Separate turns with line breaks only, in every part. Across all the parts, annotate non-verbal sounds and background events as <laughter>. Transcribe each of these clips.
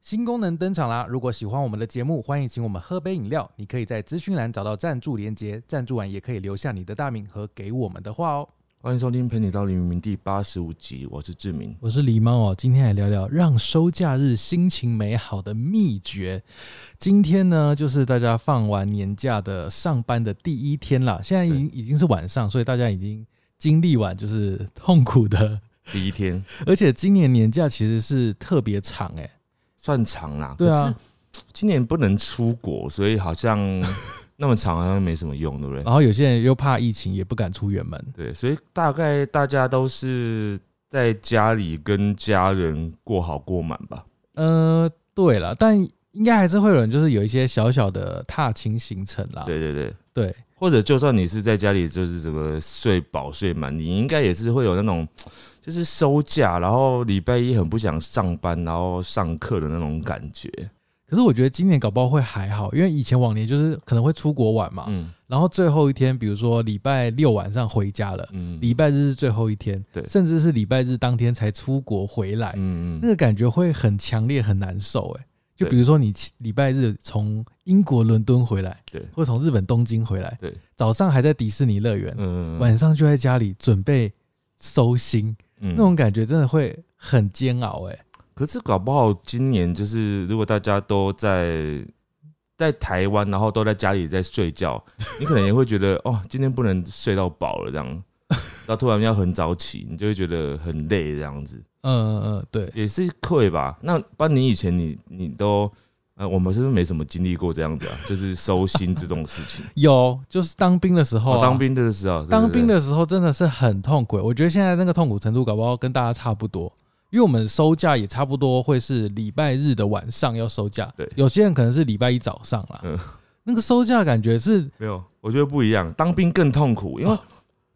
新功能登场啦！如果喜欢我们的节目，欢迎请我们喝杯饮料。你可以在资讯栏找到赞助连结，赞助完也可以留下你的大名和给我们的话哦。
欢迎收听《陪你到黎明》第八十五集，我是志明。
我是狸猫哦，今天来聊聊让收假日心情美好的秘诀。今天呢，就是大家放完年假的上班的第一天啦，现在已经已经是晚上，所以大家已经经历完就是痛苦的，
第一天 <laughs>
而且今年年假其实是特别长哎、
算长啦，
对啊，
可是今年不能出国，所以好像 <laughs> 那么长好像没什么用，对不对？
然后有些人又怕疫情，也不敢出远门。
对，所以大概大家都是在家里跟家人过好过满吧。
呃，对了，但应该还是会有人就是有一些小小的踏青行程啦。
对对对，
对
或者就算你是在家里，就是整个睡饱睡满，你应该也是会有那种。就是收假，然后礼拜一很不想上班，然后上课的那种感觉。
可是我觉得今年搞不好会还好，因为以前往年就是可能会出国玩嘛，
嗯
然后最后一天，比如说礼拜六晚上回家了，
嗯
礼拜日是最后一天，
对
甚至是礼拜日当天才出国回来，
嗯
那个感觉会很强烈，很难受。哎，就
对
比如说你起礼拜日从英国伦敦回来，
对
或从日本东京回来，
对，
早上还在迪士尼乐园，
嗯
晚上就在家里准备收心，
那
那种感觉真的会很煎熬。哎，
嗯可是搞不好今年就是，如果大家都在在台湾，然后都在家里在睡
<laughs>
觉，你可能也会觉得哦，今天不能睡到饱了
<laughs>
这样，然后突然要很早起，你就会觉得很累这样子，
嗯嗯嗯，对，
也是会吧？那班你以前你你都呃，我们是不是没什么经历过这样子啊？就是收心这种事
<laughs>
情。
有就是当兵的时候啊、
我哦当兵的时候，对
当兵，的时候真的是很痛苦欸，我觉得现在那个痛苦程度搞不好跟大家差不多，因为我们收假也差不多会是礼拜日的晚上要收假，
对
有些人可能是礼拜一早上啦，
嗯
那个收假感觉是
对对对没有，我觉得不一样。当兵更痛苦，因为
哦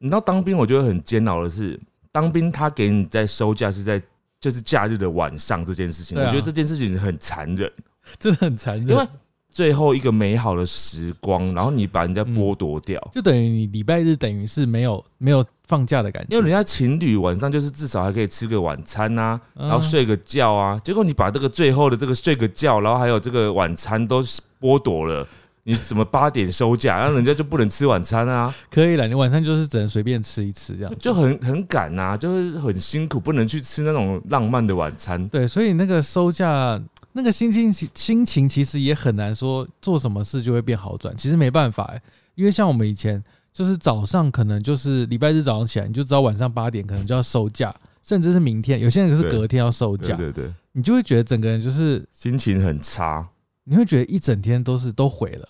你知道当兵，我觉得很煎熬的是，当兵他给你在休假是在就是假日的晚上这件事情，
对啊嗯
我觉得这件事情很残忍，
真的很残
因为
忍，
最后一个美好的时光，然后你把人
嗯
家剥夺掉。
就等于你礼拜日等于是没有没有放假的感觉，
因为人家情侣晚上就是至少还可以吃个晚餐啊，
嗯
然后睡个觉啊，结果你把这个最后的这个睡个觉，然后还有这个晚餐都剥夺了，你怎么八点收假，然后人家就不能吃晚餐啊？
可以了，你晚上就是只能随便吃一吃这样，
<laughs> 就很很赶呐、就是很辛苦，不能去吃那种浪漫的晚餐。
对，所以那个收假。那个心情心情其实也很难说做什么事就会变好转，其实没办法、欸，因为像我们以前就是早上可能就是礼拜日早上起来，你就知道晚上八点可能就要收假，甚至是明天，有些人是
对
隔天要收
对
假，
对对，
你就会觉得整个人就是
心情很差。
你会觉得一整天都是都毁了。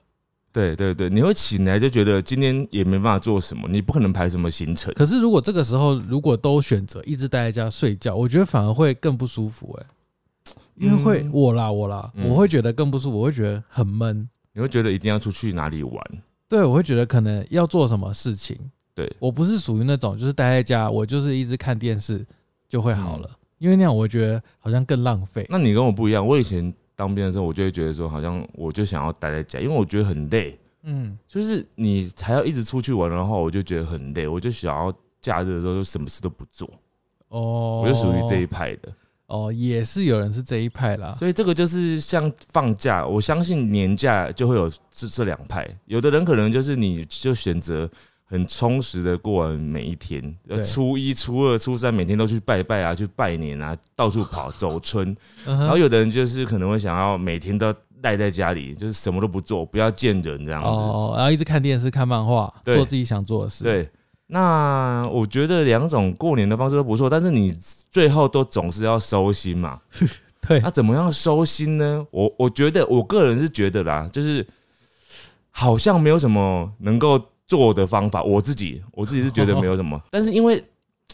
对对对，你会醒来就觉得今天也没办法做什么，你不可能排什么行程。
可是如果这个时候如果都选择一直待在家睡觉，我觉得反而会更不舒服、欸，因为会、
嗯
我啦我啦，
嗯
我会觉得更不舒服，我会觉得很闷。
你会觉得一定要出去哪里玩。
对，我会觉得可能要做什么事情。
对
我不是属于那种就是待在家，我就是一直看电视就会好了，因为那样我觉得好像更浪费。
嗯那你跟我不一样，我以前当兵的时候，我就会觉得说，好像我就想要待在家，因为我觉得很累，
嗯，
就是你还要一直出去玩的话，我就觉得很累，我就想要假日的时候就什么事都不做，
哦，
我就属于这一派的。
哦，也是有人是这一派啦。
啊所以这个就是像放假，我相信年假就会有这这两派，有的人可能就是你就选择很充实的过完每一天，呃，
对
初一、初二、初三每天都去拜拜啊，去拜年啊，到处跑走春，
嗯
然后
哼，
有的人就是可能会想要每天都赖在家里，就是什么都不做，不要见人这样子。
哦，然后一直看电视、看漫画，
对
做自己想做的事。，
对，那我觉得两种过年的方式都不错，但是你最后都总是要收心嘛。
<laughs> 对
那、怎么样收心呢？我我觉得，我个人是觉得啦，就是好像没有什么能够做的方法。我自己我自己是觉得没有
<laughs>
什么，但是因为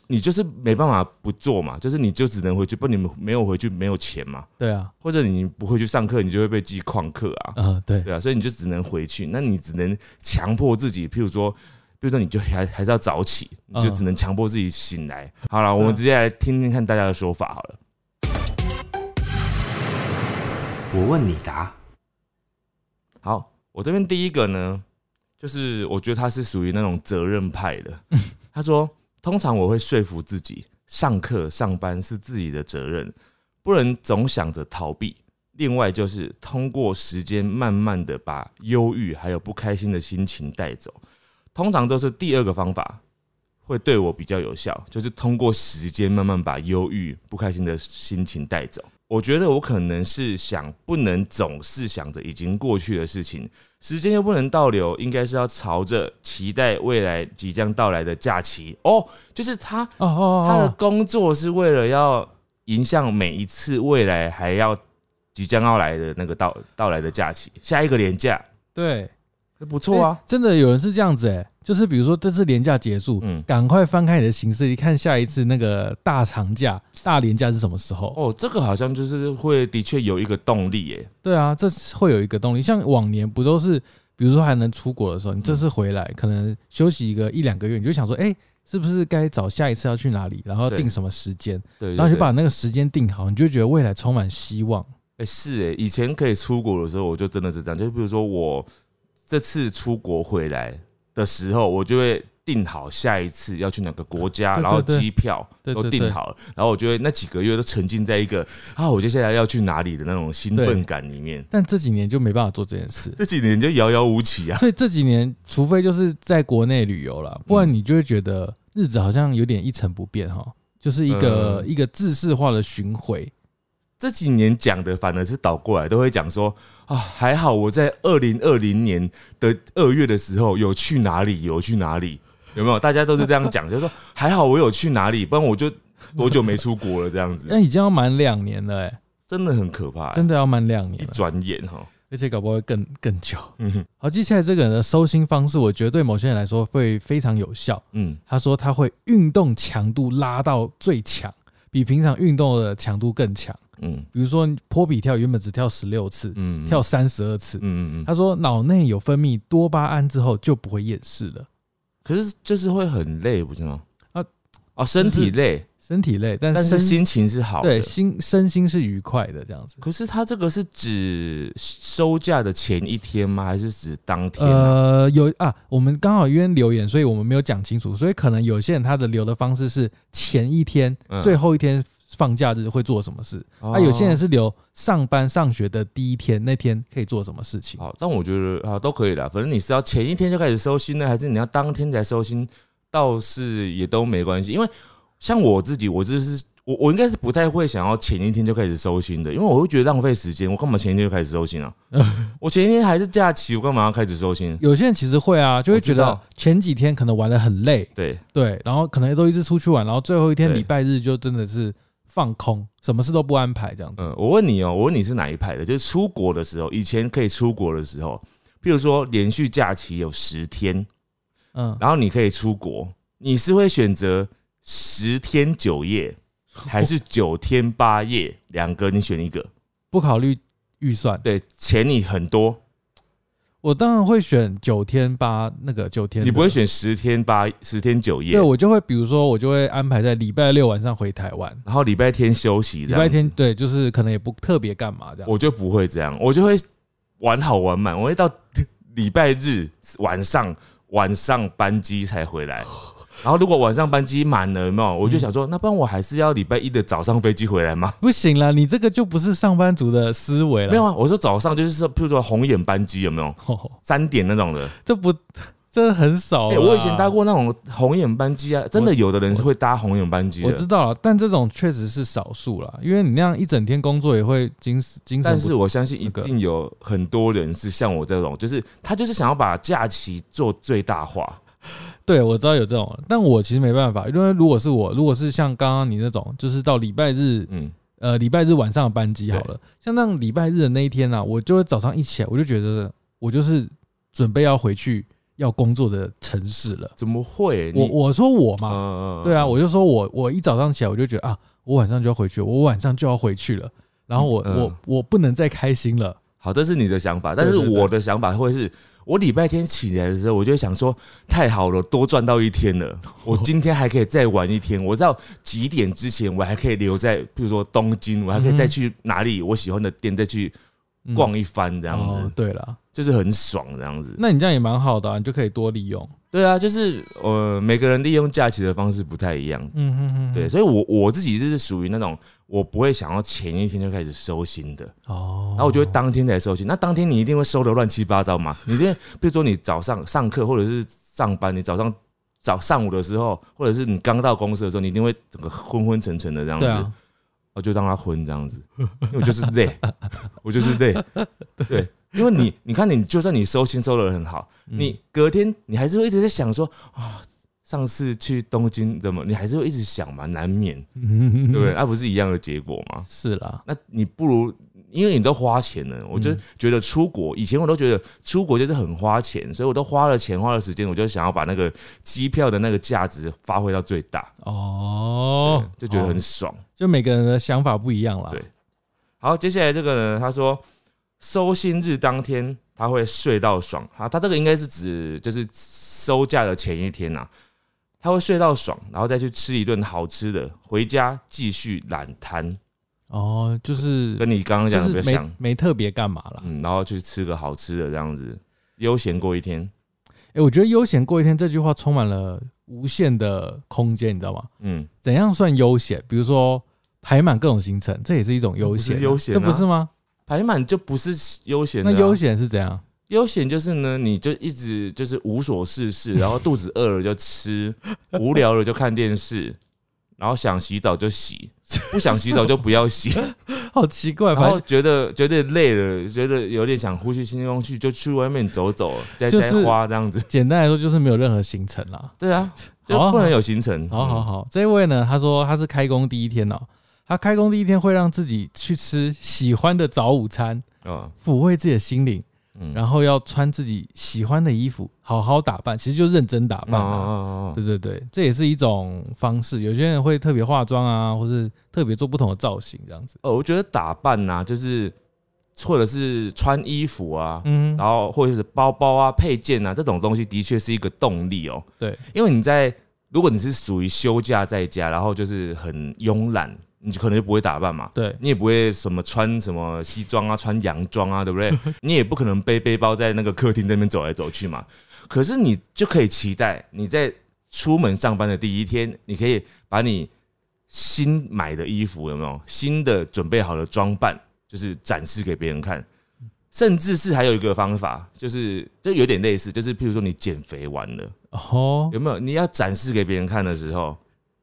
你就是没办法不做嘛，就是你就只能回去，不然你没有回去没有钱嘛，
对啊，
或者你不会去上课，你就会被记旷课啊，
嗯，对，
对啊，所以你就只能回去，那你只能强迫自己，譬如说。比如说，你就还还是要早起，你就
嗯
只能强迫自己醒来。好了，
是啊
我们直接来听听看大家的说法好了。
我问你答。
好，我这边第一个呢，就是我觉得他是属于那种责任派的。他说，通常我会说服自己，上课上班是自己的责任，不能总想着逃避。另外就是通过时间慢慢的把忧郁还有不开心的心情带走，通常都是第二个方法会对我比较有效，就是通过时间慢慢把忧郁不开心的心情带走。我觉得我可能是想不能总是想着已经过去的事情，时间又不能倒流，应该是要朝着期待未来即将到来的假期哦，就是他
哦哦哦，
他的工作是为了要迎向每一次未来还要即将要来的那个到到来的假期，下一个年假，
对，
不错啊
欸，真的有人是这样子哎、就是比如说这次年假结束，
嗯，
赶快翻开你的行事历，看下一次那个大长假、大年假是什么时候。
哦，这个好像就是会的确有一个动力耶，
对啊，这是会有一个动力。像往年不都是，比如说还能出国的时候，你这次回来可能休息一个一两个月，你就想说，哎、是不是该找下一次要去哪里，然后
对
定什么时间，
对
然后你就
对
把那个时间定好，你就觉得未来充满希望。
哎、是哎、以前可以出国的时候，我就真的是这样。就比如说我这次出国回来的时候，我就会定好下一次要去哪个国家，
对对
然后
对
机票
对
都
对
定
对
好了，然后我就会那几个月都沉浸在一个啊，我接下来要去哪里的那种兴奋感里面。
但这几年就没办法做这件事，
这几年就遥遥无期啊。
所以这几年除非就是在国内旅游了，不然你就会觉得日子好像有点一成不变哈，就是一个、
嗯
一个制式化的巡回。
这几年讲的反而是倒过来，都会讲说啊，还好我在二零二零年的二月的时候有去哪里，有去哪里，有没有？大家都是这
<laughs>
样讲，就说还好我有去哪里，不然我就 <laughs> 多久没出国了，这
<laughs>
样子
那已经要满两年了、欸，
真的很可怕、
真
的，
的要满两年
一
了，
转眼哈，
而且搞不好会更更久。
嗯哼
好，接下来这个人的收心方式，我觉得对某些人来说会非常有效。
嗯，
他说他会运动强度拉到最强，比平常运动的强度更强。
嗯
比如说坡比跳原本只跳十六次，
嗯，
跳，三十二次。
嗯嗯嗯，
他说脑内有分泌多巴胺之后就不会厌世了，
可是就是会很累，不是吗？啊
啊
哦，身体累，
身体累，但
但是
身
心情是好的
对。心身心是愉快的这样子。
可是他这个是指收假的前一天吗？还是指当天、啊？
呃，有啊，我们刚好因为留言，所以我们没有讲清楚，所以可能有些人他的留的方式是前一天、
嗯
呃
哦
最后一天放假日会做什么事，啊，有些人是留上班上学的第一天，那天可以做什么事情？
好，但我觉得啊都可以啦，反正你是要前一天就开始收心呢，还是你要当天才收心，倒是也都没关系。因为像我自己，我就是我我应该是不太会想要前一天就开始收心的，因为我会觉得浪费时间，我干嘛前一天就开始
<laughs>
收心啊？我前一天还是假期，我干嘛要开始收心？
有些人其实会啊，就会觉
我知
得
道
前几天可能玩的很累，
对，
对，然后可能都一直出去玩，然后最后一天
对
礼拜日就真的是放空，什么事都不安排这样子。
嗯，我问你哦、我问你是哪一派的？就是出国的时候，以前可以出国的时候，譬如说连续假期有十天，
嗯，
然后你可以出国，你是会选择十天九夜，
<laughs>
还是九天八夜？两个你选一个。
不考虑预算，
对，钱你很多，
我当然会选九天八那个九天的，
你不会选十天八十天九夜
对，我就会比如说我就会安排在礼拜六晚上回台湾，
然后礼拜天休息。
礼拜天，对，就是可能也不特别干嘛这样。
我就不会这样，我就会玩好玩满，我会到 <laughs> 礼拜日晚上晚上班机才
<laughs>
回来。然后如果晚上班机满了，有没有？
嗯
我就想说，那不然我还是要礼拜一的早上飞机回来吗？
不行啦，你这个就不是上班族的思维了。
没有啊，我说早上就是说，譬如说红眼班机有没有？
哦，
三点那种的。
<laughs> 这不这很少、
哎、
欸。
我以前搭，过那种红眼班机啊，真的有的人是会搭红眼班机
我知
的。
道了，但这种确实是少数啦，因为你那样一整天工作也会精神精神不。
但是我相信一
那个
定有很多人是像我这种，就是他就是想要把假期做最大化。
对我知道有这种，但我其实没办法，因为如果是我，如果是像刚刚你那种，就是到礼拜日，
嗯，
呃，礼拜日晚上的班机好了，像那种礼拜日的那一天啊，我就会早上一起来，我就觉得我就是准备要回去要工作的城市了。
怎么会？
我我说我嘛，
嗯
对啊，我就说我我一早上起来我就觉得啊，我晚上就要回去，我晚上就要回去了，然后我、
嗯
我我不能再开心了。
好，这是你的想法，但是
对对对
我的想法会是，我礼拜天起来的时候，我就会想说，太好了，多赚到一
<laughs>
天了，我今天还可以再玩一天，我知道几点之前我还可以留在，譬如说东京，我还可以再去哪里我喜欢的店再去
嗯
逛一番，
这
这样子、
对了，
就是很爽这样子。
那你这样也蛮好的、啊，你就可以多利用。
对啊，就是呃，每个人利用假期的方式不太一样，
嗯哼哼，
对，所以我我自己就是属于那种我不会想要前一天就开始收心的，
哦，
然后我就会当天才收心。那当天你一定会收的乱七八糟嘛？你
<laughs>
今天比如说你早上上课或者是上班，你早上早上午的时候，或者是你刚到公司的时候，你一定会整个昏昏沉沉的这样
对
子
啊，，
我就让他昏这样子，因为我就是累，我就是累，对。因为你，你看你，就算你收心收的很好，
嗯
你隔天你还是会一直在想说啊、上次去东京怎么，你还是会一直想嘛，难免。
嗯
对不对？啊那、不是一样的结果吗？
是啦，
那你不如，因为你都花钱了，我就
嗯
觉得出国，以前我都觉得出国就是很花钱，所以我都花了钱，花了时间，我就想要把那个机票的那个价值发挥到最大，
哦，
对就觉得很
哦
爽。
就每个人的想法不一样啦，
对好，接下来这个呢，他说收薪日当天他会睡到爽，好，他这个应该是指就是收假的前一天呐、啊他会睡到爽，然后再去吃一顿好吃的，回家继续懒摊，
哦，就是
跟你刚刚
就
讲的
是
比较像
没。没特别干嘛啦，
嗯，然后去吃个好吃的这样子，悠闲过一天。
哎，我觉得悠闲过一天这句话充满了无限的空间，你知道吗？
嗯，
怎样算悠闲？比如说排满各种行程，这也是一种悠闲啊，
这不是悠闲啊
这不是吗？
排满就不是悠闲的
那
啊、
悠闲是怎样？
悠闲就是呢，你就一直就是无所事事， <laughs> 然后肚子饿了就吃，无聊了就看电视，然后想洗澡
<laughs>
就洗，不想洗澡就不要洗，
好奇怪，
<laughs> 然
反
后
正
觉得觉得累了，觉得有点想呼吸新鲜空气，就去外面走走，摘
就
摘
是
花这样子。
简单来说就是没有任何行程啦。
对啊，就
好啊
不
好
能
啊
有行程。
好好
嗯，
好，这一位呢，他说他是开工第一天哦，他开工第一天会让自己去吃喜欢的早午餐，
嗯
抚慰自己的心灵，
嗯
然后要穿自己喜欢的衣服，好好打扮，其实就认真打
哦哦
扮啊。
哦哦
对对对，这也是一种方式。有些人会特别化妆啊，或是特别做不同的造型这样子。
哦，我觉得打扮呐、就是或者是穿衣服啊，
嗯，
然后或者是包包啊、配件啊这种东西，的确是一个动力哦。
对，
因为你在如果你是属于休假在家，然后就是很慵懒，你就可能就不会打扮嘛。
对，
你也不会什么穿什么西装啊，穿洋装啊，对不对？你也不可能背背包在那个客厅那边走来走去嘛。可是你就可以期待你在出门上班的第一天，你可以把你新买的衣服有没有新的准备好的装扮，就是展示给别人看。甚至是还有一个方法，就是就有点类似，就是譬如说你减肥完了，
哦，
有没有？你要展示给别人看的时候，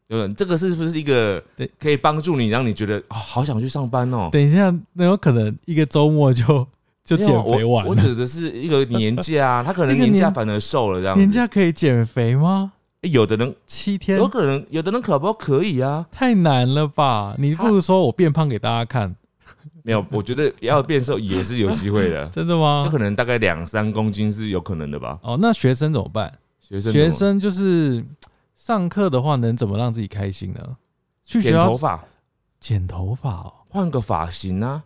有没有？这个是不是一个
对
可以帮助你，让你觉得哦，好想去上班哦？
等一下，那有可能一个周末就 <laughs> 就减
没
肥
有啊
完
我我
了。
指的是一个年
<laughs>
假啊，他可
一
能
个
年假
年
反而瘦了这样
人
子。
家可以减肥吗？
欸有的人，
七天
有可能，有的人可不可以啊？
太难了吧？你不如说我变胖给大家看，，
没有，我觉得要变瘦也是有机会的
<laughs> 真的
就
吗
可？能大概两三公斤是有可能的吧。
哦，那学生怎么办？
学生怎么
学生就是上课的话，能怎么让自己开心呢？去学
剪头
校
发，
剪头发哦，
换个发型啊，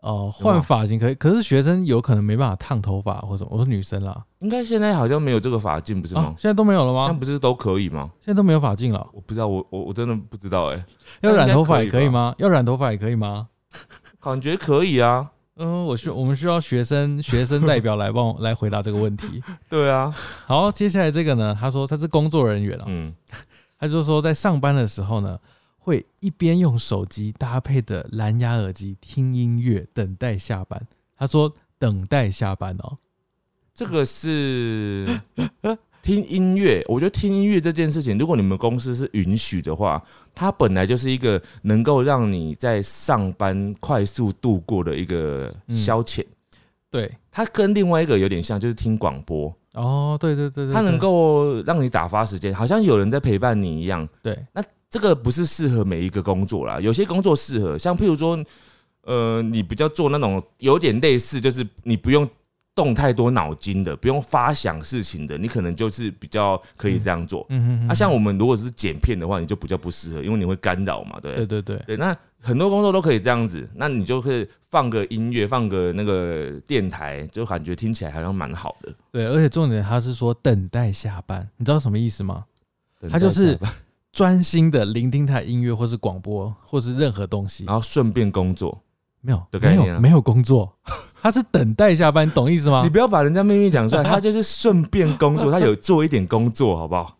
哦，
对吧
换发型可以，可是学生有可能没办法烫头发或什么。我说女生啦，
应该现在好像没有这个发镜，不是
啊
吗，？
现在都没有了吗？
那、不是都可以吗？
现在都没有发镜了。
我不知道，我我我真的不知道哎、那
要
应该
染头发也可
可以
以
吧
吗？要染头发也可以吗？
感觉可以啊，
嗯，我需我们需要学生学生代表来帮我 <laughs> 来回答这个问题。
对啊，
好，接下来这个呢，他说他是工作人员啊，
嗯，
他就说在上班的时候呢，会一边用手机搭配的蓝牙耳机听音乐，等待下班。他说等待下班哦，
这个是听音乐，我觉得听音乐这件事情，如果你们公司是允许的话，它本来就是一个能够让你在上班快速度过的一个消遣。
对，
它跟另外一个有点像，就是听广播，
哦，对对对对，
它
对
能够让你打发时间，好像有人在陪伴你一样。
对，
这个不是适合每一个工作啦，有些工作适合，像譬如说，呃，你比较做那种有点类似，就是你不用动太多脑筋的，不用发想事情的，你可能就是比较可以这样做。
嗯哼哼
那、
哼，
啊像我们如果是剪片的话，你就比较不适合，因为你会干扰嘛，对不
对
对？
对对，
对，那很多工作都可以这样子，那你就可以放个音乐，放个那个电台，就感觉听起来好像蛮好的。
对，而且重点他是说等待下班，你知道什么意思吗？
等
它就是
待下班
专心的聆听他的音乐，或是广播，或是任何东西
然，后顺便工作
没有
的概
没
念
<laughs>
啊
有没有工作，他是等待下班，你懂意思吗
你？不要把人家秘密讲
<laughs>
出来，他就是顺便工作，他有做一点工作，好不好？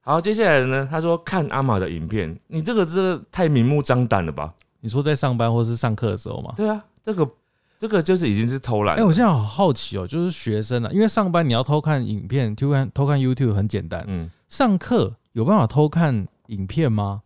好，接下来呢？他说看阿玛的影片，你这个这个太明目张胆了吧？
你说在上班或是上课的时候吗？
对啊，这个这个就是已经是偷懒
哎、
了。
我现在好好奇哦，就是学生啊，因为上班你要偷看影片、偷看偷看 YouTube 很简单，
嗯，
上课有办法偷看影片吗？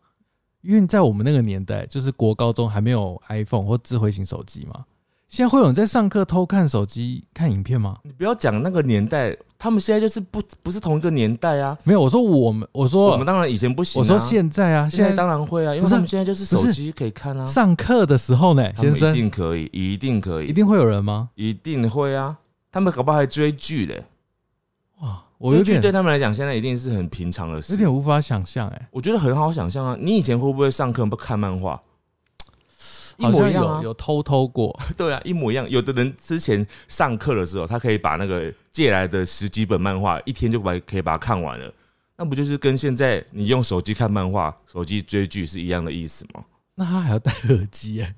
因为在我们那个年代，就是国高中还没有 iPhone 或智慧型手机嘛。现在会有人在上课偷看手机看影片吗？
你不要讲那个年代，他们现在就是不不是同一个年代啊。
没有，我说我们，我说
我们当然以前不行、啊，
我说现在啊，
现在
现
当
在
然会啊，因
不
为
是
他们现在就是
不
手
是
机可以看啊，
上课的时候呢，
他们
先
一
生
定可以，一定可以，
一定会有人吗？
一定会啊。他们搞不好还追剧嘞，
哇，我有
追剧
点
对他们来讲现在一定是很平常的
有
事。
点无法想象哎、
我觉得很好想象啊，你以前会不会上课不看漫画？一
好
模
像
一样
有
啊，
有偷偷过，
<laughs> 对啊，一模一样。有的人之前上课的时候，他可以把那个借来的十几本漫画，一天就把可以把它看完了。那不就是跟现在你用手机看漫画、手机追剧是一样的意思吗？
那他还要戴耳机哎、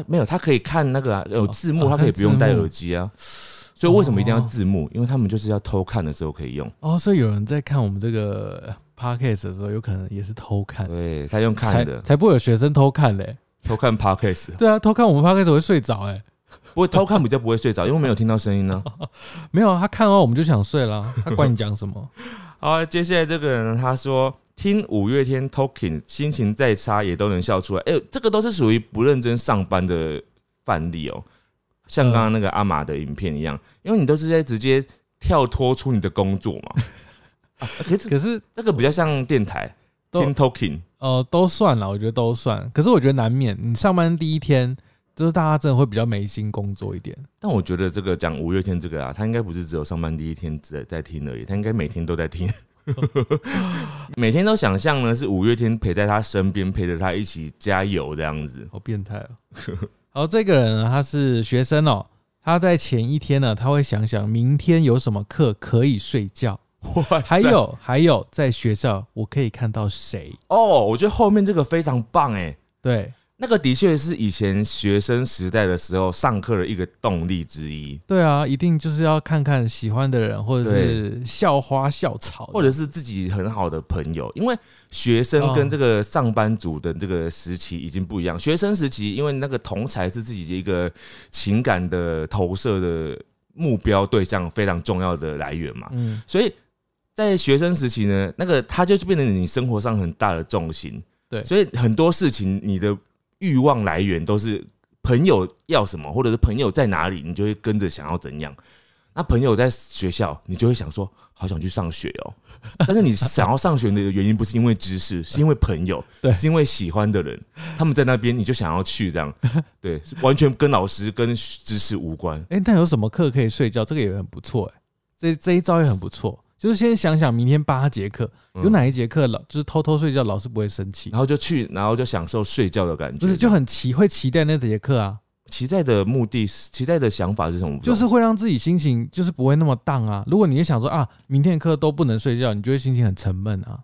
啊，没有，他可以看那个、啊、有字幕，
哦
他可以不用戴耳机啊。所以为什么一定要
哦
字幕？因为他们就是要偷看的时候可以用。
哦，所以有人在看我们这个呃 podcast 的时候，有可能也是偷看，
对他用看
才
的，
才不会有学生偷看嘞、
偷看 podcast，
对啊，偷看我们 podcast 会睡着哎、
不会偷看比较不会睡着，因为没有听到声音呢、
没有啊，他看完我们就想睡了啊，他管你讲什么？
<laughs> 好，接下来这个人呢他说听五月天 Talking，心情再差也都能笑出来。哎、这个都是属于不认真上班的范例哦，像刚刚那个阿玛的影片一样，因为你都是在直接跳脱出你的工作嘛。啊可是
可是
这个比较像电台
都
听 Talking，
呃都算了，我觉得都算。可是我觉得难免，你上班第一天，就是大家真的会比较没心工作一点。
但我觉得这个讲五月天这个啊，他应该不是只有上班第一天在在听而已，他应该每天都在听，每天都想象呢是五月天陪在他身边，陪着他一起加油这样子。
好变态哦。 <laughs> 然后这个人呢，他是学生哦，他在前一天呢，他会想想明天有什么课可以睡觉，
哇塞，
还有还有在学校我可以看到谁。
哦，我觉得后面这个非常棒哎，
对
那个的确是以前学生时代的时候上课的一个动力之一，
对啊，一定就是要看看喜欢的人，或者是校花校草的，
或者是自己很好的朋友，因为学生跟这个上班族的这个时期已经不一样。学生时期，因为那个同才是自己的一个情感的投射的目标对象非常重要的来源嘛，
嗯，
所以在学生时期呢，那个它就是变成你生活上很大的重心。
对
所以很多事情你的欲望来源都是朋友要什么，或者是朋友在哪里，你就会跟着想要怎样。那朋友在学校，你就会想说，好想去上学哦。 <laughs> 但是你想要上学的原因不是因为知
<laughs>
识，是因为朋友，
对
是因为喜欢的人，他们在那边，你就想要去这样。对，是完全跟老师跟知识
<laughs>
无关。
哎、那有什么课可以睡觉？这个也很不错哎、这这一招也很不错。就是先想想明天八节课
嗯
有哪一节课老就是偷偷睡觉，老师不会生气
然，后就去，然后就享受睡觉的感觉。
不是就很期会期待那节课啊，
期待的目的是，期待的想法是什么？不知
就
道
是会让自己心情就是不会那么荡啊。如果你也想说啊，明天的课都不能睡觉，你就会心情很沉闷啊。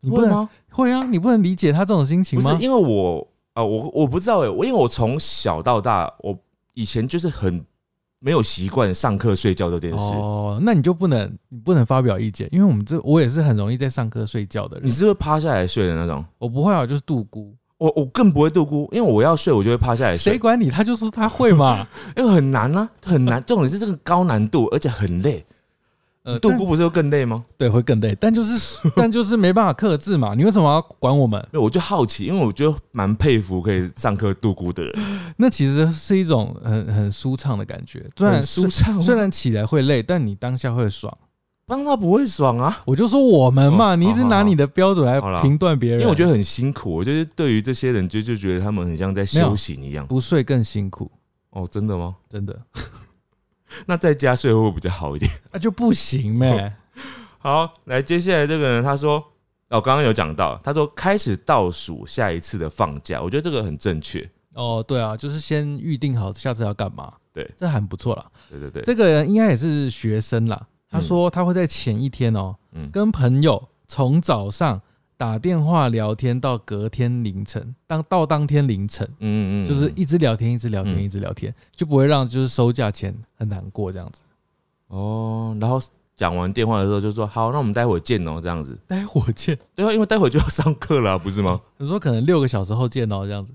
你不
会
能
吗？
会啊，你不能理解他这种心情
不是
吗？
因为我啊、我我不知道哎、我因为我从小到大，我以前就是很没有习惯上课睡觉这件事。
哦，那你就不能你不能发表意见，因为我们这我也是很容易在上课睡觉的
你
人，
是会趴下来睡的那种，
我不会啊，就是度孤，
我我更不会度孤，因为我要睡我就会趴下来
谁
睡，
管你？他就说他会
<laughs>
嘛。
因为很难啊，很
<laughs>
难。重点是这个高难度，而且很累。
呃，
度
但
孤不是会更累吗？
对，会更累，但就是 <laughs> 但就是没办法克制嘛。你为什么要管我们？
没有，我就好奇，因为我觉得蛮佩服可以上课度孤的人，
那其实是一种很很舒畅的感觉，虽然
很舒畅吗。啊
虽然起来会累，但你当下会爽。
帮他不会爽啊，
我就说我们嘛，
哦
你一直拿你的标准来
好啦
评断别人，
因为我觉得很辛苦。我就是对于这些人，就就觉得他们很像在
没有
修行一样。
不睡更辛苦，
哦，真的吗？
真的
那在家睡会不会比较好一点？ <laughs>
那、就不行呗。
好，来，接下来这个人他说，哦，刚刚有讲到，他说开始倒数下一次的放假，我觉得这个很正确。
哦，对啊，就是先预定好下次要干嘛，
对
这很不错啦。
对对嗯对，
这个人应该也是学生啦，他说他会在前一天哦，
嗯，
跟朋友从早上打电话聊天到隔天凌晨，当到当天凌晨，
嗯嗯，
就是一直聊天，一直聊天，
嗯
一直聊天，就不会让就是收假前很难过这样子。
哦，然后讲完电话的时候就说好，那我们待会见哦，这样子。
待会见，
对啊，因为待会就要上课了啊、不
<laughs>
是吗？
你说可能六个小时后见哦，这样子，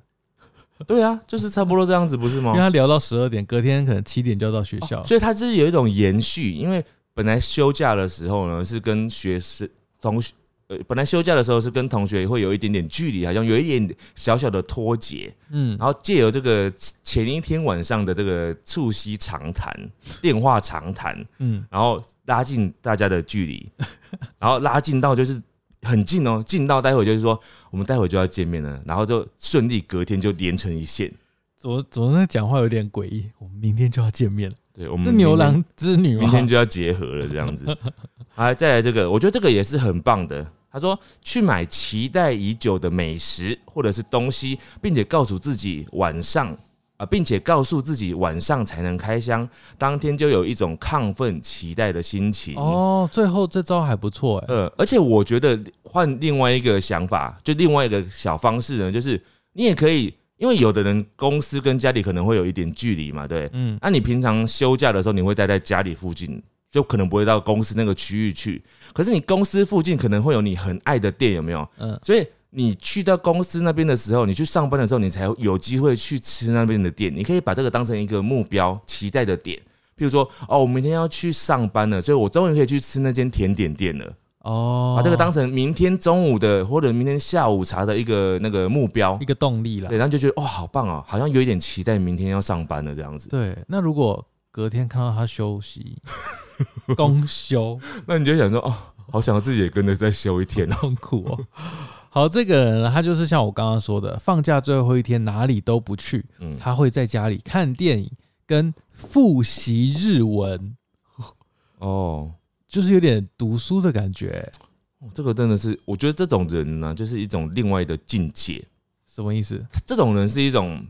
对啊，就是差不多这样子，不是
因
吗
为？他聊到十二点，隔天可能七点就要到学校。
哦所以它就是有一种延续，因为本来休假的时候呢，是跟学生同学。呃，本来休假的时候是跟同学会有一点点距离，好像有一点小小的脱节，
嗯，
然后借由这个前一天晚上的这个促膝长谈、电话长谈，
嗯，
然后拉近大家的距离， <laughs> 然后拉近到就是很近哦，近到待会就是说我们待会就要见面了，然后就顺利隔天就连成一线。
昨昨天讲话有点诡异，我们明天就要见面了，
对我
是
们
牛
明天
郎织女吗？
嗯明天就要结合了，这样
<laughs>
子。啊，再来这个，我觉得这个也是很棒的。他说去买期待已久的美食或者是东西，并且告诉自己晚上啊，并且告诉自己晚上才能开箱，当天就有一种亢奋期待的心情。
哦，最后这招还不错哎、
呃，而且我觉得换另外一个想法，就另外一个小方式呢，就是你也可以，因为有的人公司跟家里可能会有一点距离嘛，对，嗯，那、你平常休假的时候，你会待在家里附近，就可能不会到公司那个区域去。可是你公司附近可能会有你很爱的店，有没有？
嗯
嗯，所以。你去到公司那边的时候，你去上班的时候，你才有机会去吃那边的店。你可以把这个当成一个目标、期待的点，譬如说，哦，我明天要去上班了，所以我终于可以去吃那间甜点店了。
哦，
啊把这个当成明天中午的或者明天下午茶的一个那个目标
一，个动力啦
对，。然后就觉得哇、好棒哦，好像有一点期待明天要上班了这
<laughs>
样子。
对，那如果隔天看到他休
<laughs>
息，公休，
那你就想说哦，好想自己也跟着再休一
<laughs>
天哦。
痛苦哦。好，这个人呢他就是像我刚刚说的，放假最后一天哪里都不去，
嗯，
他会在家里看电影跟复习日文，
哦，
就是有点读书的感觉，
这个真的是，我觉得这种人呢、就是一种另外的境界。
什么意思？
这种人是一种，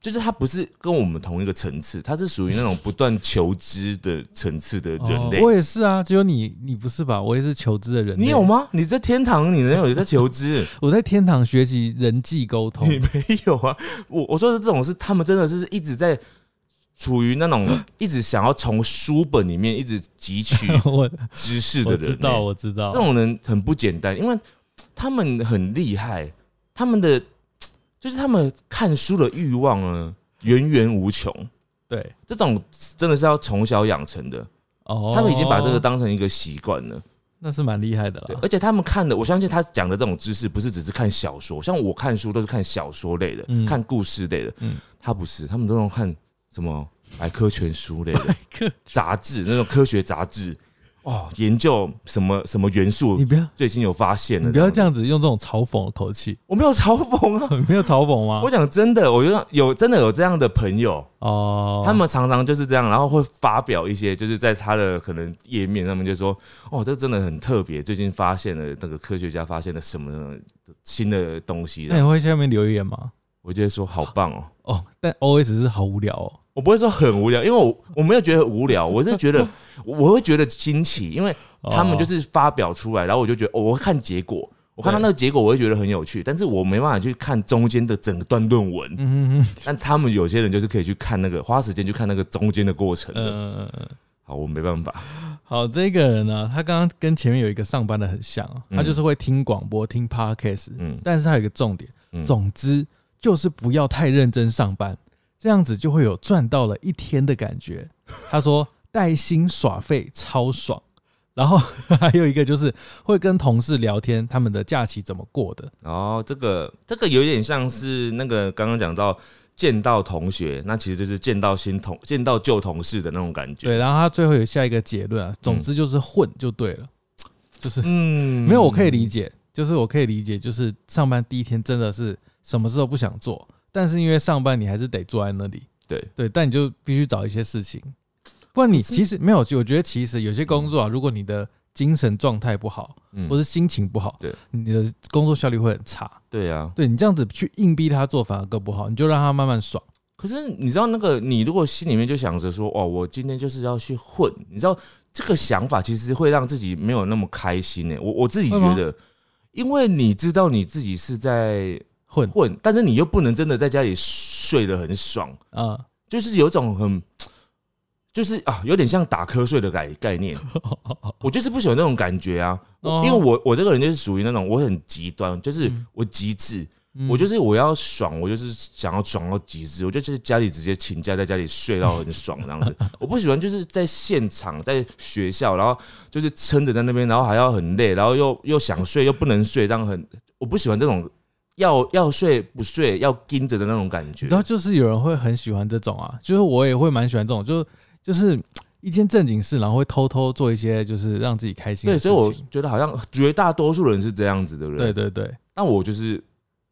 就是他不是跟我们同一个层次，他是属于那种不断求知的层次的人类。
我也是啊，只有你，你不是吧？我也是求知的人类。
你有吗？你在天堂，你能有在求知？
我在天堂学习人际沟通，
你没 <laughs> 有啊？我我说的这种是他们真的是一直在处于那种
<laughs>
一直想要从书本里面一直汲取
<laughs> 我
知识的
我
人欸、
知道，我知道
这。种人很不简单，因为他们很厉害，他们的就是他们看书的欲望呢源源无穷。
对，
这种真的是要从小养成的，
哦，
他们已经把这个当成一个习惯了。
那是蛮厉害的
对
啦，。
而且他们看的，我相信他讲的这种知识，不是只是看小说，像我看书都是看小说类的，
嗯
看故事类的，
嗯
他不是，他们都能看什么百科全书类的
科
杂志，那种科学杂志，哦，研究什么什么元素
你，不要，
最近有发现了，
你不要这
样，
样子用这种嘲讽的口气， <laughs>
我没有嘲讽啊。
没有嘲讽吗
我？讲真的，我就有真的有这样的朋友，
哦，
他们常常就是这样，然后会发表一些，就是在他的可能页面上面就说，哦，这真的很特别，最近发现了那个科学家发现了什么新的东西，
那你会下面留言吗？
我就会说好棒哦。
哦，但 O S 是好无聊哦。
我不会说很无聊，因为我我没有觉得无聊，我是觉得我会觉得新奇，因为
哦
他们就是发表出来，然后我就觉得、哦、我会看结果，我看到那个结果我会觉得很有趣，但是我没办法去看中间的整段论文。
嗯嗯
但他们有些人就是可以去看那个花时间去看那个中间的过程的。
嗯嗯
好，我没办法。
嗯，好，这个人呢，他刚刚跟前面有一个上班的很像啊，他就是会听广播、听 podcast，
嗯
但是他有一个重点，
嗯
总之就是不要太认真上班，这样子就会有赚到了一天的感觉。他说带薪耍废超爽，然后还有一个就是会跟同事聊天他们的假期怎么过的，
然后这个这个有点像是那个刚刚讲到见到同学，那其实就是见到新同见到旧同事的那种感觉。
对，然后他最后有下一个结论啊，总之就是混就对了，就是
嗯
没有我可以
解。
理解，就是我可以理解，就是上班第一天真的是什么事都不想做，但是因为上班你还是得坐在那里，
对
对，但你就必须找一些事情，不然你
可是
其实没有，我觉得其实有些工作啊，如果你的精神状态不好，
嗯
或是心情不好，
对，
你的工作效率会很差，
对啊，
对你这样子去硬逼他做反而更不好，你就让他慢慢爽。
可是你知道那个，你如果心里面就想着说，哦，我今天就是要去混，欸你知道这个想法其实会让自己没有那么开心呢、我我自己觉得，因为你知道你自己是在
混
混，但是你又不能真的在家里睡得很爽，
啊，
就是有一种很，就是啊，有点像打瞌睡的概概
<laughs>
念。我就是不喜欢那种感觉啊，
哦
因为我我这个人就是属于那种我很极端，就是
嗯
我极致，
嗯
我就是我要爽，我就是想要爽到极致，我就是家里直接请假，在家里睡到很爽这样
<laughs>
子。我不喜欢就是在现场，在学校，然后就是撑着在那边，然后还要很累，然后又又想睡又不能睡，这样很我不喜欢这种要要睡不睡要盯着的那种感觉。
嗯然后就是有人会很喜欢这种啊，就是我也会蛮喜欢这种，就就是一件正经事，然后会偷偷做一些就是让自己开心
对，
的
所以我
事情
觉得好像绝大多数人是这样子的人。
对对对
那我就是，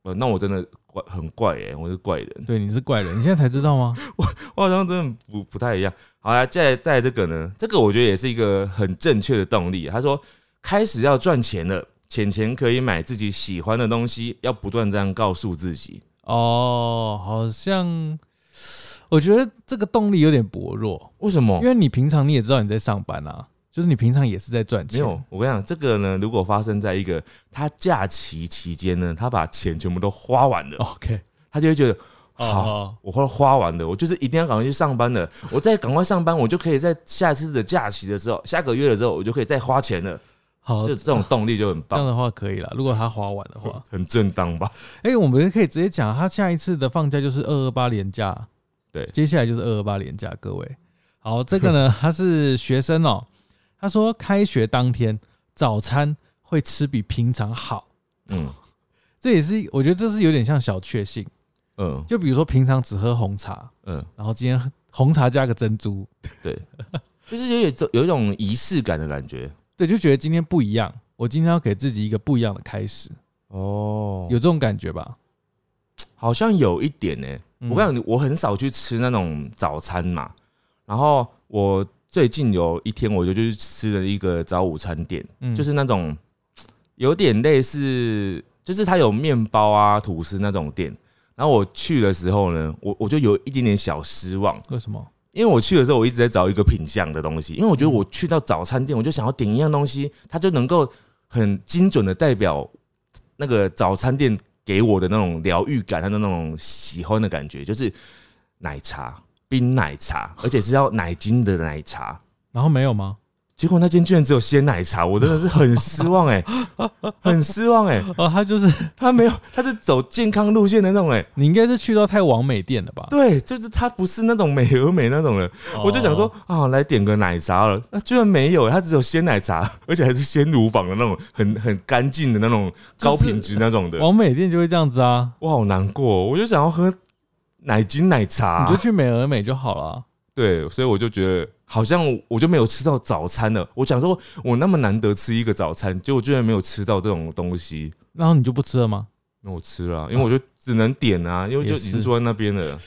呃，那我真的怪很怪耶、我是怪人， <laughs>
对，你是怪人，你现在才知道吗？
我好像真的不不太一样。好啦，再来再来这个呢，这个我觉得也是一个很正确的动力。他说，开始要赚钱了，钱钱可以买自己喜欢的东西，要不断这样告诉自己。
哦，好像我觉得这个动力有点薄弱，
为什么
因？为你平常你也知道你在上班啊，就是你平常也是在赚
没
钱，
有，我跟你讲，这个呢，如果发生在一个他假期期间呢，他把钱全部都花完了，
OK，
他就会觉得
哦
<laughs> 好
哦
我花花完了，我就是一定要赶快去上班了。我再赶快上班，我就可以在下次的假期的时候，下个月的时候，我就可以再花钱了。
好，
就
哦这
这种动力就很
样
棒，
的话可以了。如果他花完的话，
很正当吧？
哎、我们可以直接讲，他下一次的放假就是二二八连假，
对
接下来就是二二八连假，各位。好，这个
<laughs>
呢，他是学生哦、他说开学当天早餐会吃比平常好，
嗯
这也是我觉得这是有点像小确幸，
嗯
就比如说平常只喝红茶，
嗯，
然后今天红茶加个珍珠，
对，就是有点有一种仪式感的感觉
对，就觉得今天不一样，我今天要给自己一个不一样的开始，
哦
有，这种感觉吧？
好像有一点呢、
嗯
我跟你讲，我很少去吃那种早餐嘛，然后我最近有一天我就去吃了一个早午餐店，
嗯
就是那种有点类似，就是它有面包啊、吐司那种店。然后我去的时候呢，我我就有一点点小失望，
嗯为什么？
因为我去的时候我一直在找一个品相的东西，因为我觉得我去到早餐店，我就想要点一样东西，它就能够很精准的代表那个早餐店给我的那种疗愈感，它的那种喜欢的感觉，就是奶茶，冰奶茶，而且是要奶精的奶茶。
然后没有吗？
结果那间居然只有鲜奶茶，我真的是很失
<laughs>
望哎、很失望哎、
哦，他就是
他没有，他是走健康路线的那种哎、
你应该是去到太王美店了吧？
对，就是他不是那种美而美那种人，我就想说
哦，
啊，来点个奶茶了，那、居然没有，它只有鲜奶茶，而且还是鲜乳坊的那种，很很干净的那种高品质那种的，
王哦美店就会这样子啊，
我好难过哦、我就想要喝奶精奶茶、啊
你就去美而美就好了。啊
对，所以我就觉得好像我就没有吃到早餐了。我想说，我那么难得吃一个早餐，结果居然没有吃到这种东西，
然后你就不吃了吗？
那我吃了啊、因为我就只能点啊，因为就
也
已
是
经坐在那边了。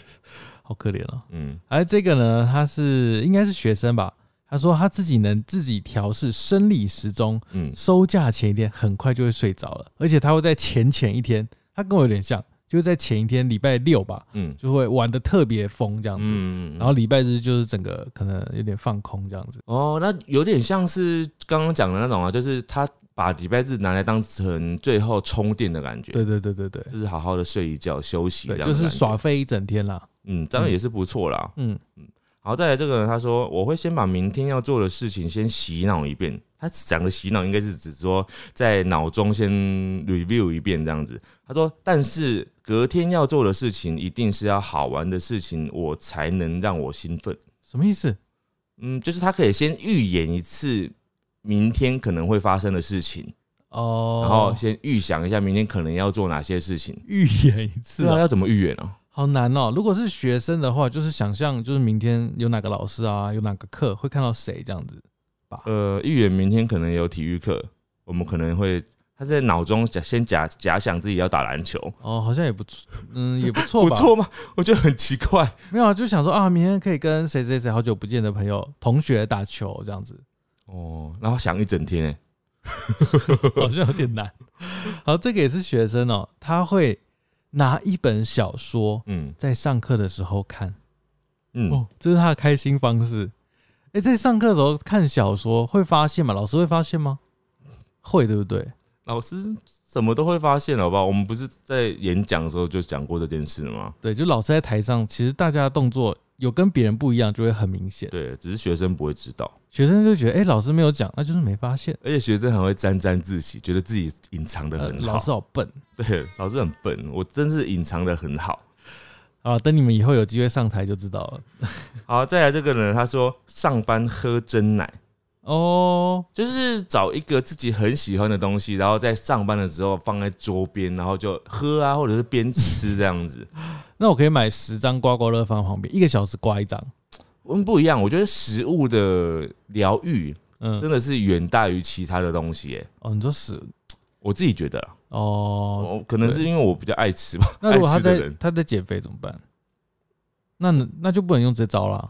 好可怜啊！
嗯，
而这个呢，他是应该是学生吧？他说他自己能自己调试生理时钟，
嗯
收假前一天很快就会睡着了，而且他会在前前一天，他跟我有点像，就是在前一天礼拜六吧，
嗯
就会玩的特别疯啊这样子，
嗯，
然后礼拜日就是整个可能有点放空这样子。
哦，那有点像是刚刚讲的那种啊，就是他把礼拜日拿来当成最后充电的感觉，
对对对对对
就是好好的睡一觉休息这
对，
样，
就是，耍废一整天啦。
嗯，这样也是不错啦。
嗯，
好，再来这个呢，他说我会先把明天要做的事情先洗脑一遍。他讲的洗脑应该是指说在脑中先 review 一遍这样子。他说，但是隔天要做的事情一定是要好玩的事情，我才能让我兴奋。
什么意思？
嗯，就是他可以先预演一次明天可能会发生的事情，
哦，
然后先预想一下明天可能要做哪些事情。
预演一次
对
啊
啊，要怎么预演啊？
好难哦！如果是学生的话，就是想象，就是明天有哪个老师啊，有哪个课会看到谁这样子。
呃，预演明天可能有体育课，我们可能会他在脑中假先假假想自己要打篮球，
哦，好像也不错，嗯，也不错
不
吧。
错吗？ <laughs> 我觉得很奇怪。
没有啊，就想说啊，明天可以跟谁谁谁好久不见的朋友、同学打球这样子，
哦，然后想一整天、欸，
好像有点难。好，这个也是学生哦，他会拿一本小说
嗯
在上课的时候看，
嗯，
哦，这是他的开心方式。哎、在上课的时候看小说会发现吗？老师会发现吗？会，对不对？
老师什么都会发现，好不好？我们不是在演讲的时候就讲过这件事吗？
对，就老师在台上，其实大家的动作有跟别人不一样，就会很明显。
对，只是学生不会知道，
学生就觉得，哎、老师没有讲，那就是没发现。
而且学生还会沾沾自喜，觉得自己隐藏的
呃，
嗯很好。
老师好笨
对，老师很笨，我真是隐藏的很好。
啊！等你们以后有机会上台就知道了。
好，再来这个人，他说上班喝真奶，
哦，
就是找一个自己很喜欢的东西，然后在上班的时候放在桌边，然后就喝啊，或者是边吃这样子。 <laughs>
那我可以买十张刮刮乐放在旁边，一个小时刮一张。
我们不一样，我觉得食物的疗愈
嗯，
真的是远大于其他的东西耶。
哦，你说十
我自己觉得啦，
哦，
我可能是因为我比较爱吃吧，
那
爱
如果他
吃的
在
人。
他在减肥怎么办？那能那就不能用这招啦。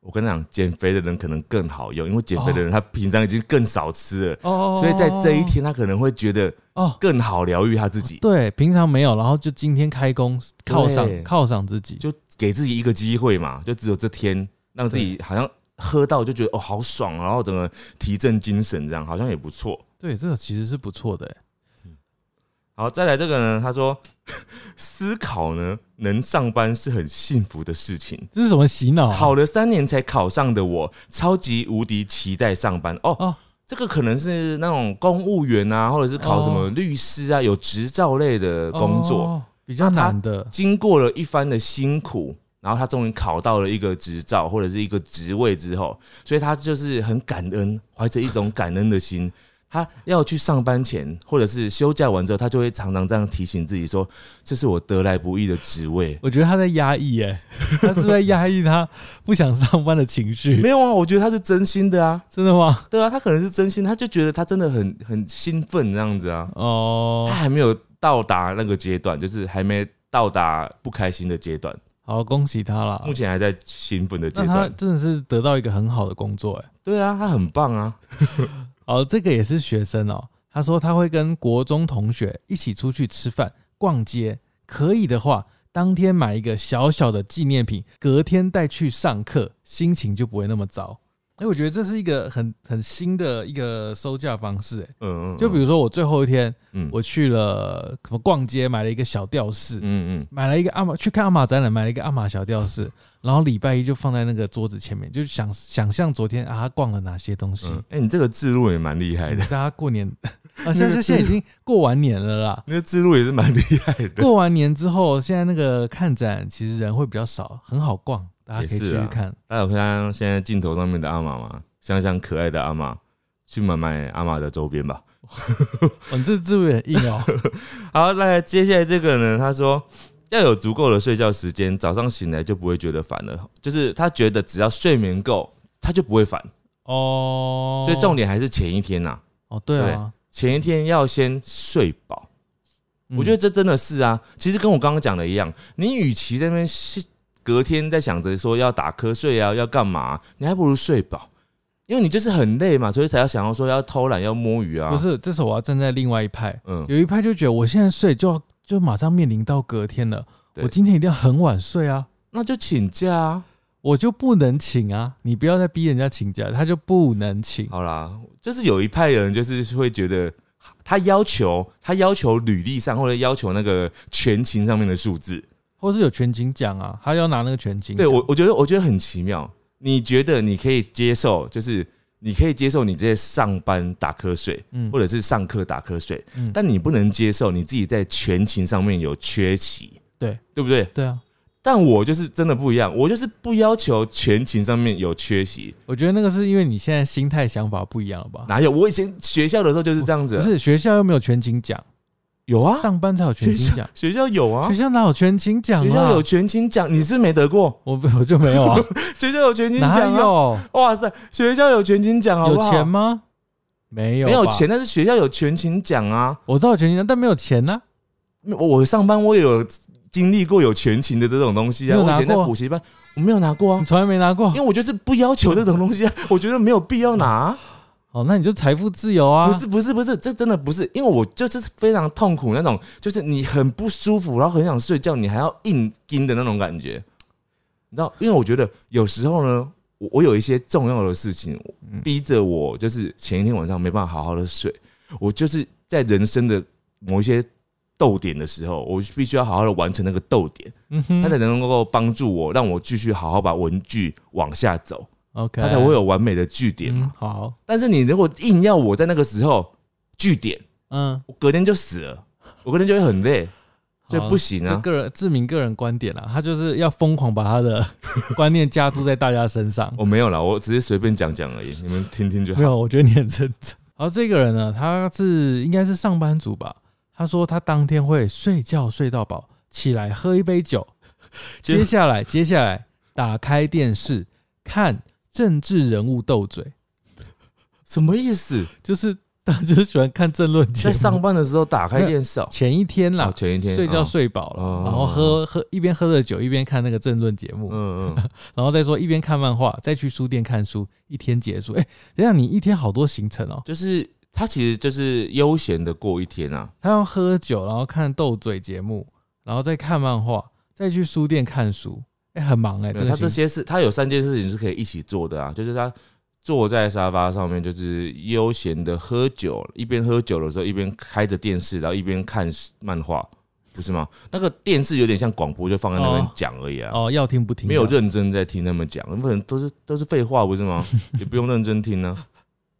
我跟你讲，减肥的人可能更好用，因为减肥的人他平常已经更少吃了，
哦，
所以在这一天他可能会觉得
哦，
更好疗愈他自己，
对，平常没有，然后就今天开工犒赏
对
犒赏自己，
就给自己一个机会嘛，就只有这天让自己好像喝到就觉得哦好爽，然后整个提振精神，这样好像也不错。
对，这个其实是不错的欸。
好，再来这个呢，他说思考呢能上班是很幸福的事情。
这是什么洗脑啊？
考了三年才考上的我，超级无敌期待上班哦。
哦
这个可能是那种公务员啊，或者是考什么律师啊，有执照类的工作。
哦比较
那他
难的，
经过了一番的辛苦，然后他终于考到了一个执照或者是一个职位之后，所以他就是很感恩，怀着一种感恩的心。他要去上班前，或者是休假完之后，他就会常常这样提醒自己说：“这是我得来不易的职位。
我觉得他在压抑、耶，
<laughs>
他是不是在压抑他不想上班的情”绪
没？有啊，我觉得他是真心的啊。
真的吗？
对啊，他可能是真心，他就觉得他真的很很兴奋这样子啊，
哦
他，还没有到达那个阶段，就是还没到达不开心的阶段，
好，恭喜他啦
目！前还在兴奋的阶
哦那他
段。
真的是得到一个很好的工作、哎，
对啊，他很棒啊，
哦，这个也是学生哦。他说他会跟国中同学一起出去吃饭、逛街，可以的话，当天买一个小小的纪念品，隔天带去上课，心情就不会那么糟。哎、我觉得这是一个很很新的一个收假方式、哎，
嗯，嗯
就比如说我最后一天，
嗯
我去了什么逛街，买了一个小吊饰，
嗯嗯，
买了一个阿玛去看阿玛展览，买了一个阿玛小吊饰，然后礼拜一就放在那个桌子前面，就想想象昨天啊他逛了哪些东西。
嗯哎、你这个制录也蛮厉害
嗯
的，
大家过
<laughs>
年啊，现在是现在已经过完年了啦。
那个制录也是蛮厉害的。
过完年之后，现在那个看展其实人会比较少，很好逛，大家可以
也
去
是啊
看。
大家有看现在镜头上面的阿玛吗？想想可爱的阿玛，去买买阿玛的周边吧。
哦，你这字有点硬
<laughs>
哦。
好，那接下来这个呢？他说要有足够的睡觉时间，早上醒来就不会觉得烦了。就是他觉得只要睡眠够，他就不会烦。
哦，
所以重点还是前一天呐、
哦，对啊，
前一天要先睡饱。我觉得
得
这真的是啊，其实跟我刚刚讲的一样，你与其在那边是隔天在想着说要打瞌睡啊，要干嘛、你还不如睡饱，因为你就是很累嘛，所以才要想要说要偷懒要摸鱼啊。
不，是，这时候我要站在另外一派，
嗯，
有一派就觉得我现在睡就要就马上面临到隔天了，
对
我今天一定要很晚睡啊。
那就请假啊。
我就不能请啊！你不要再逼人家请假，他就不能请。
好啦，就是有一派人就是会觉得。他要求，他要求履历上或者要求那个全勤上面的数字，
或是有全勤奖啊，他要拿那个全勤
对
奖
我，我觉得我觉得很奇妙。你觉得你可以接受，就是你可以接受你这些上班打瞌睡，
嗯
或者是上课打瞌睡，
嗯
但你不能接受你自己在全勤上面有缺席，
对
对不对？
对啊，
但我就是真的不一样，我就是不要求全勤上面有缺席，
我觉得那个是因为你现在心态想法不一样了吧？
哪有？我以前学校的时候就是这样子
不，啊是学校又没有全勤奖，
有啊，
上班才有全
学
勤
校
奖，
学校有啊
学。校哪有全勤奖
学校
啊
有？全勤奖，你是没得过。
我我就没有啊，
学校有全勤
哪
奖啊！
有？
哇塞，学校有全勤奖，好
有
不好？
钱吗？没有，
没有钱，。但是学校有全勤奖啊。
我知道有全勤奖，但没有钱啊呐、
我我上班我也有经历过有全勤的这种东西啊。
你有
我
拿
以前在
过
补习班，我没有拿过
你
啊，
从来没拿过
因为。我就是不要求这种东西啊，我觉得没有必要拿啊、
哦，那你就财富自由啊！
不是不是不是，这真的不是，因为我就是非常痛苦那种，就是你很不舒服，然后很想睡觉，你还要硬盯的那种感觉。你知道，因为我觉得有时候呢，我我有一些重要的事情
嗯
逼着我，就是前一天晚上没办法好好的睡，我就是在人生的某一些逗点的时候，我必须要好好的完成那个逗点，
嗯哼
它才能够帮助我，让我继续好好把文具往下走，
，OK，
它才会有完美的句点
嗯
嘛。
好，
但是你如果硬要我在那个时候句点，
嗯，
我隔天就死了，我隔天就会很累，所以
好
不行
哦这
啊。
个人志明个人观点啦，啊他就是要疯狂把他
<laughs>
的观念加注在大家身上。
我没有啦，我只是随便讲讲而已，你们听听就
<laughs> 没
好。
有，我觉得你很真诚。好，这个人呢，他是应该是上班族吧？他说他当天会睡觉睡到饱，起来喝一杯酒，
<laughs> 就
接下来接下来打开电视看政治人物斗嘴，
什么意思？
就是他就是喜欢看政论节
在
目。
上班的时候打开电
<laughs>
视哦，
前一天啦，
哦前一天
睡觉
哦
睡饱了，
哦
然后喝喝一边喝着酒一边看那个政论节目，
嗯嗯，
然后再说一边看漫画，再去书店看书，一天结束。哎、等一下你一天好多行程哦，
就是他其实就是悠闲的过一天啊，
他要喝酒，然后看斗嘴节目，然后再看漫画，再去书店看书，哎、很忙哎、这
没有
个
他这
行
些事，他有三件事情是可以一起做的啊，就是他坐在沙发上面，就是悠闲的喝酒，一边喝酒的时候一边开着电视，然后一边看漫画，不是吗？那个电视有点像广播，就放在那边
哦
讲而已啊。
哦，要听不听啊，
没有认真在听他们讲，不可能都是都是废话，不是
<laughs>
吗？也不用认真听啊，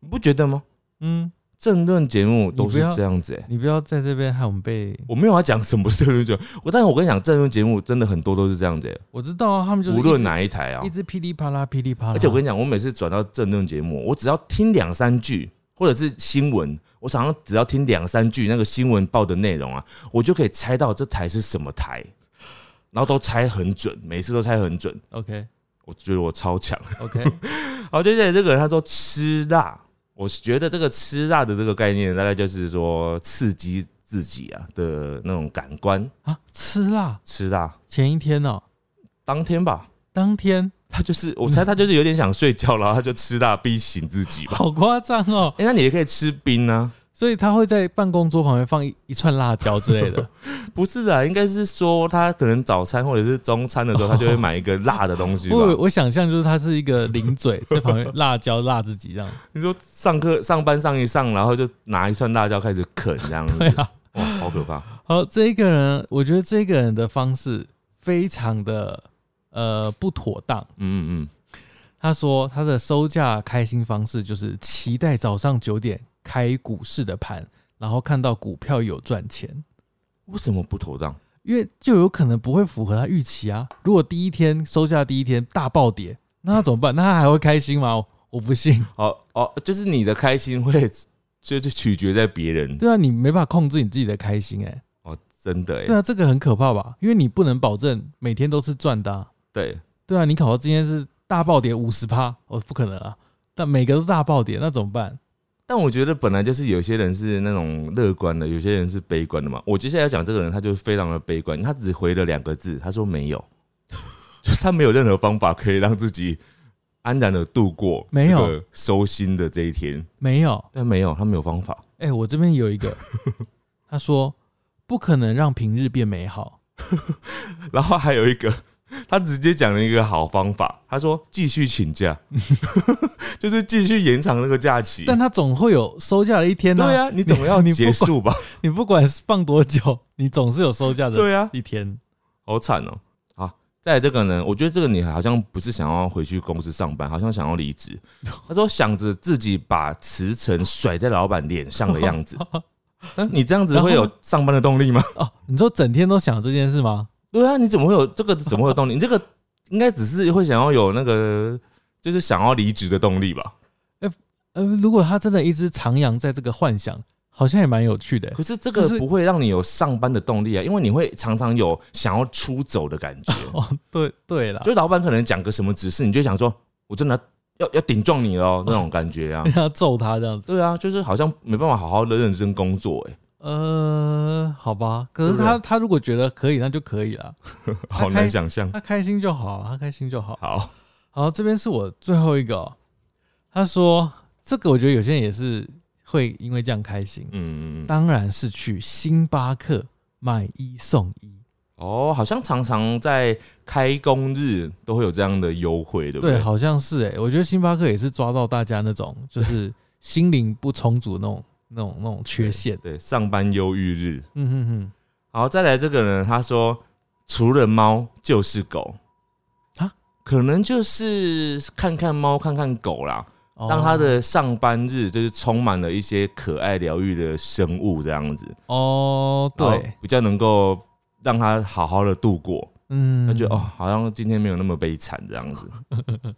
你不觉得吗？
嗯，
政论节目都是
你不要
这样子、欸，
你不要在这边害我们被，
我没有要讲什么政论节目，我但是我跟你讲，政论节目真的很多都是这样子、欸，
我知道啊，他们就是
无
一直
论哪一台啊
一。直噼里啪啦噼里啪啦，
而且我跟你讲，我每次转到政论节目，我只要听两三句，或者是新闻，我常常只要听两三句那个新闻报的内容啊，我就可以猜到这台是什么台，然后都猜很准，每次都猜很准，
OK
我觉得我超强。
OK，
好，接下来这个人他说吃辣，我觉得这个吃辣的这个概念，大概就是说刺激自己啊的那种感官，
啊，吃辣
吃辣
前一天哦，
当天吧。
当天
他就是，我猜他就是有点想睡觉，然后他就吃辣逼醒自
<laughs>
己吧。
好夸张哦，
哎、那你也可以吃冰啊？
所以他会在办公桌旁边放一一串辣椒之类的，
不是啦，应该是说他可能早餐或者是中餐的时候，他就会买一个辣的东西
<laughs>
吧。
我我想象就是他是一个零嘴在旁边辣椒辣自己这样，
你说上课上班上一上，然后就拿一串辣椒开始啃这样子，
<laughs> 对啊，
哇，好可怕！
好，这个人，我觉得这个人的方式非常的呃不妥当。
嗯嗯
他说他的收价开心方式就是期待早上九点开股市的盘，然后看到股票有赚钱，
嗯，为什么不妥当？
因为就有可能不会符合他预期啊。如果第一天收价第一天大暴跌，那他怎么办？那他还会开心吗？我我不信。
哦哦，就是你的开心会就就取决在别人
对啊，你没办法控制你自己的开心哎、
哦，真的哎、
对啊，这个很可怕吧？因为你不能保证每天都是赚的、啊。
对，
对啊，你考到今天是大暴跌五十趴，哦，不可能啊！但每个都大暴跌，那怎么办？
但我觉得本来就是有些人是那种乐观的，有些人是悲观的嘛。我接下来要讲这个人，他就非常的悲观，他只回了两个字，他说没有， <laughs> 就是他没有任何方法可以让自己安然的度过
没有
这个收心的这一天。
没有，
但没有，他没有方法。 <laughs>
哎、我这边有一个，他说不可能让平日变美好，
然后还有一个，他直接讲了一个好方法，他说继续请假， <laughs> 就是继续延长那个假期。
但他总会有收假的一天呢、
对啊，你总要
你不
结
管
束吧？
你不管是放多久，你总是有收假的
<laughs> 对啊，
一天。
好惨哦、好，再来这个呢，我觉得这个你好像不是想要回去公司上班，好像想要离职。他说想着自己把辞呈甩在老板脸上的样子。那你这样子会有上班的动力吗？
哦，你说整天都想这件事吗？
对啊，你怎么会有这个？怎么会有动力？你这个应该只是会想要有那个，就是想要离职的动力吧。
呃，如果他真的一直徜徉在这个幻想，好像也蛮有趣的、
可是这
可
个
是
不会让你有上班的动力啊，因为你会常常有想要出走的感觉。
哦，对对啦，
就老板可能讲个什么指示，你就想说，我真的要要要顶撞你了哦那种感
<laughs>
觉啊。
<laughs>
<laughs>
要揍他这样子。
对啊，就是好像没办法好好的认真工作、欸，
呃，好吧，可是
对不
他他如果觉得可以，那就可以
<laughs>
了，
好
开
难想象。
他开心就好，他开心就好。
好，
好，这边是我最后一个哦、他说这个我觉得有些人也是会因为这样开心，
嗯，
当然是去星巴克买一送一。
哦，好像常常在开工日都会有这样的优惠，对不
对，欸
对？<laughs>
好像是哎、我觉得星巴克也是抓到大家那种就是心灵不充足那种那种那种缺陷。
对，上班忧郁日。
嗯哼哼，
好，再来这个人，他说除了猫就是狗
啊，
可能就是看看猫，看看狗啦。
哦
让他的上班日就是充满了一些可爱疗愈的生物这样子，
哦，
然后
对，
比较能够让他好好的度过。
嗯，
他觉得哦，，好像今天没有那么悲惨这样子。 <laughs>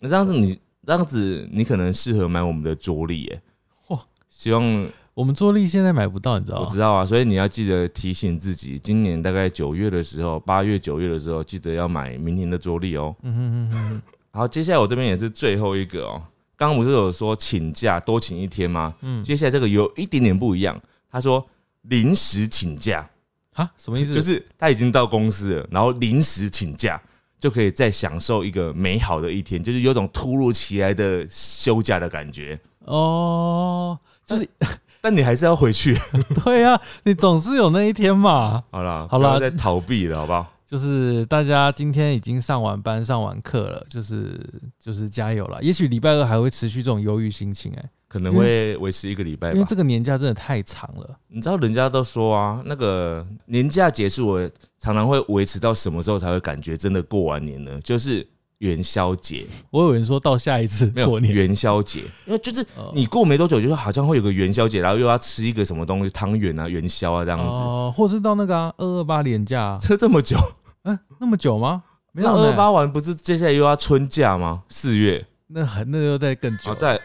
那这样子你这样子你可能适合买我们的桌历耶。
哇
希望
我们桌历现在买不到，你知道
我
吗？
知道啊，所以你要记得提醒自己，今年大概九月的时候，八月九月的时候，记得要买明年的桌历哦。
嗯哼哼
好，接下来我这边也是最后一个哦。刚刚不是有说请假多请一天吗？
嗯
接下来这个有一点点不一样。他说临时请假，
哼，啊，什么意思？
就是他已经到公司了，然后临时请假，就可以再享受一个美好的一天，就是有种突如其来的休假的感觉。
哦， <laughs> 就是
但你还是要回去。 <laughs>
对啊，你总是有那一天嘛。
好了，
好
不要
啦
再逃避了，好不好？
就是大家今天已经上完班、上完课了，就是就是加油了。也许礼拜二还会持续这种忧郁心情、哎，
可能会维持一个礼拜
因为
吧
这。个年假真的太长了。
你知道人家都说啊，那个年假结束，我常常会维持到什么时候才会感觉真的过完年呢？就是元宵节，
我有人说到下一次
没有
过年，
元宵节，因为就是
哦
你过没多久，就是好像会有个元宵节，然后又要吃一个什么东西，汤圆啊、元宵啊这样子，
哦，或是到那个二二八年
<laughs>
假啊、
吃这么久，
嗯、那么久吗？ <laughs> 没有
那
呢
二八完不是接下来又要春假吗？四月，
那很那又再更久
好
了。
再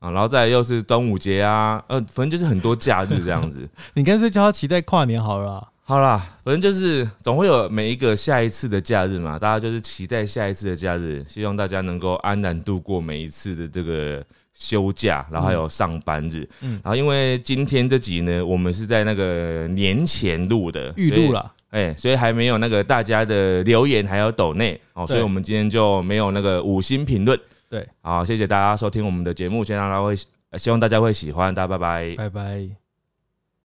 啊，然后再来又是端午节啊，呃，反正就是很多假日这
<laughs>
样子。
你干脆叫他期待跨年好了啊。
好啦，反正就是总会有每一个下一次的假日嘛，大家就是期待下一次的假日，希望大家能够安然度过每一次的这个休假，然后还有上班日。
嗯
然后因为今天这集呢，我们是在那个年前录的，
预录啦，
所以，哎、所以还没有那个大家的留言还有抖内哦，
对
所以我们今天就没有那个五星评论。
对，
好，谢谢大家收听我们的节目，希望大家会呃希望大家会喜欢，大家拜拜。
拜拜。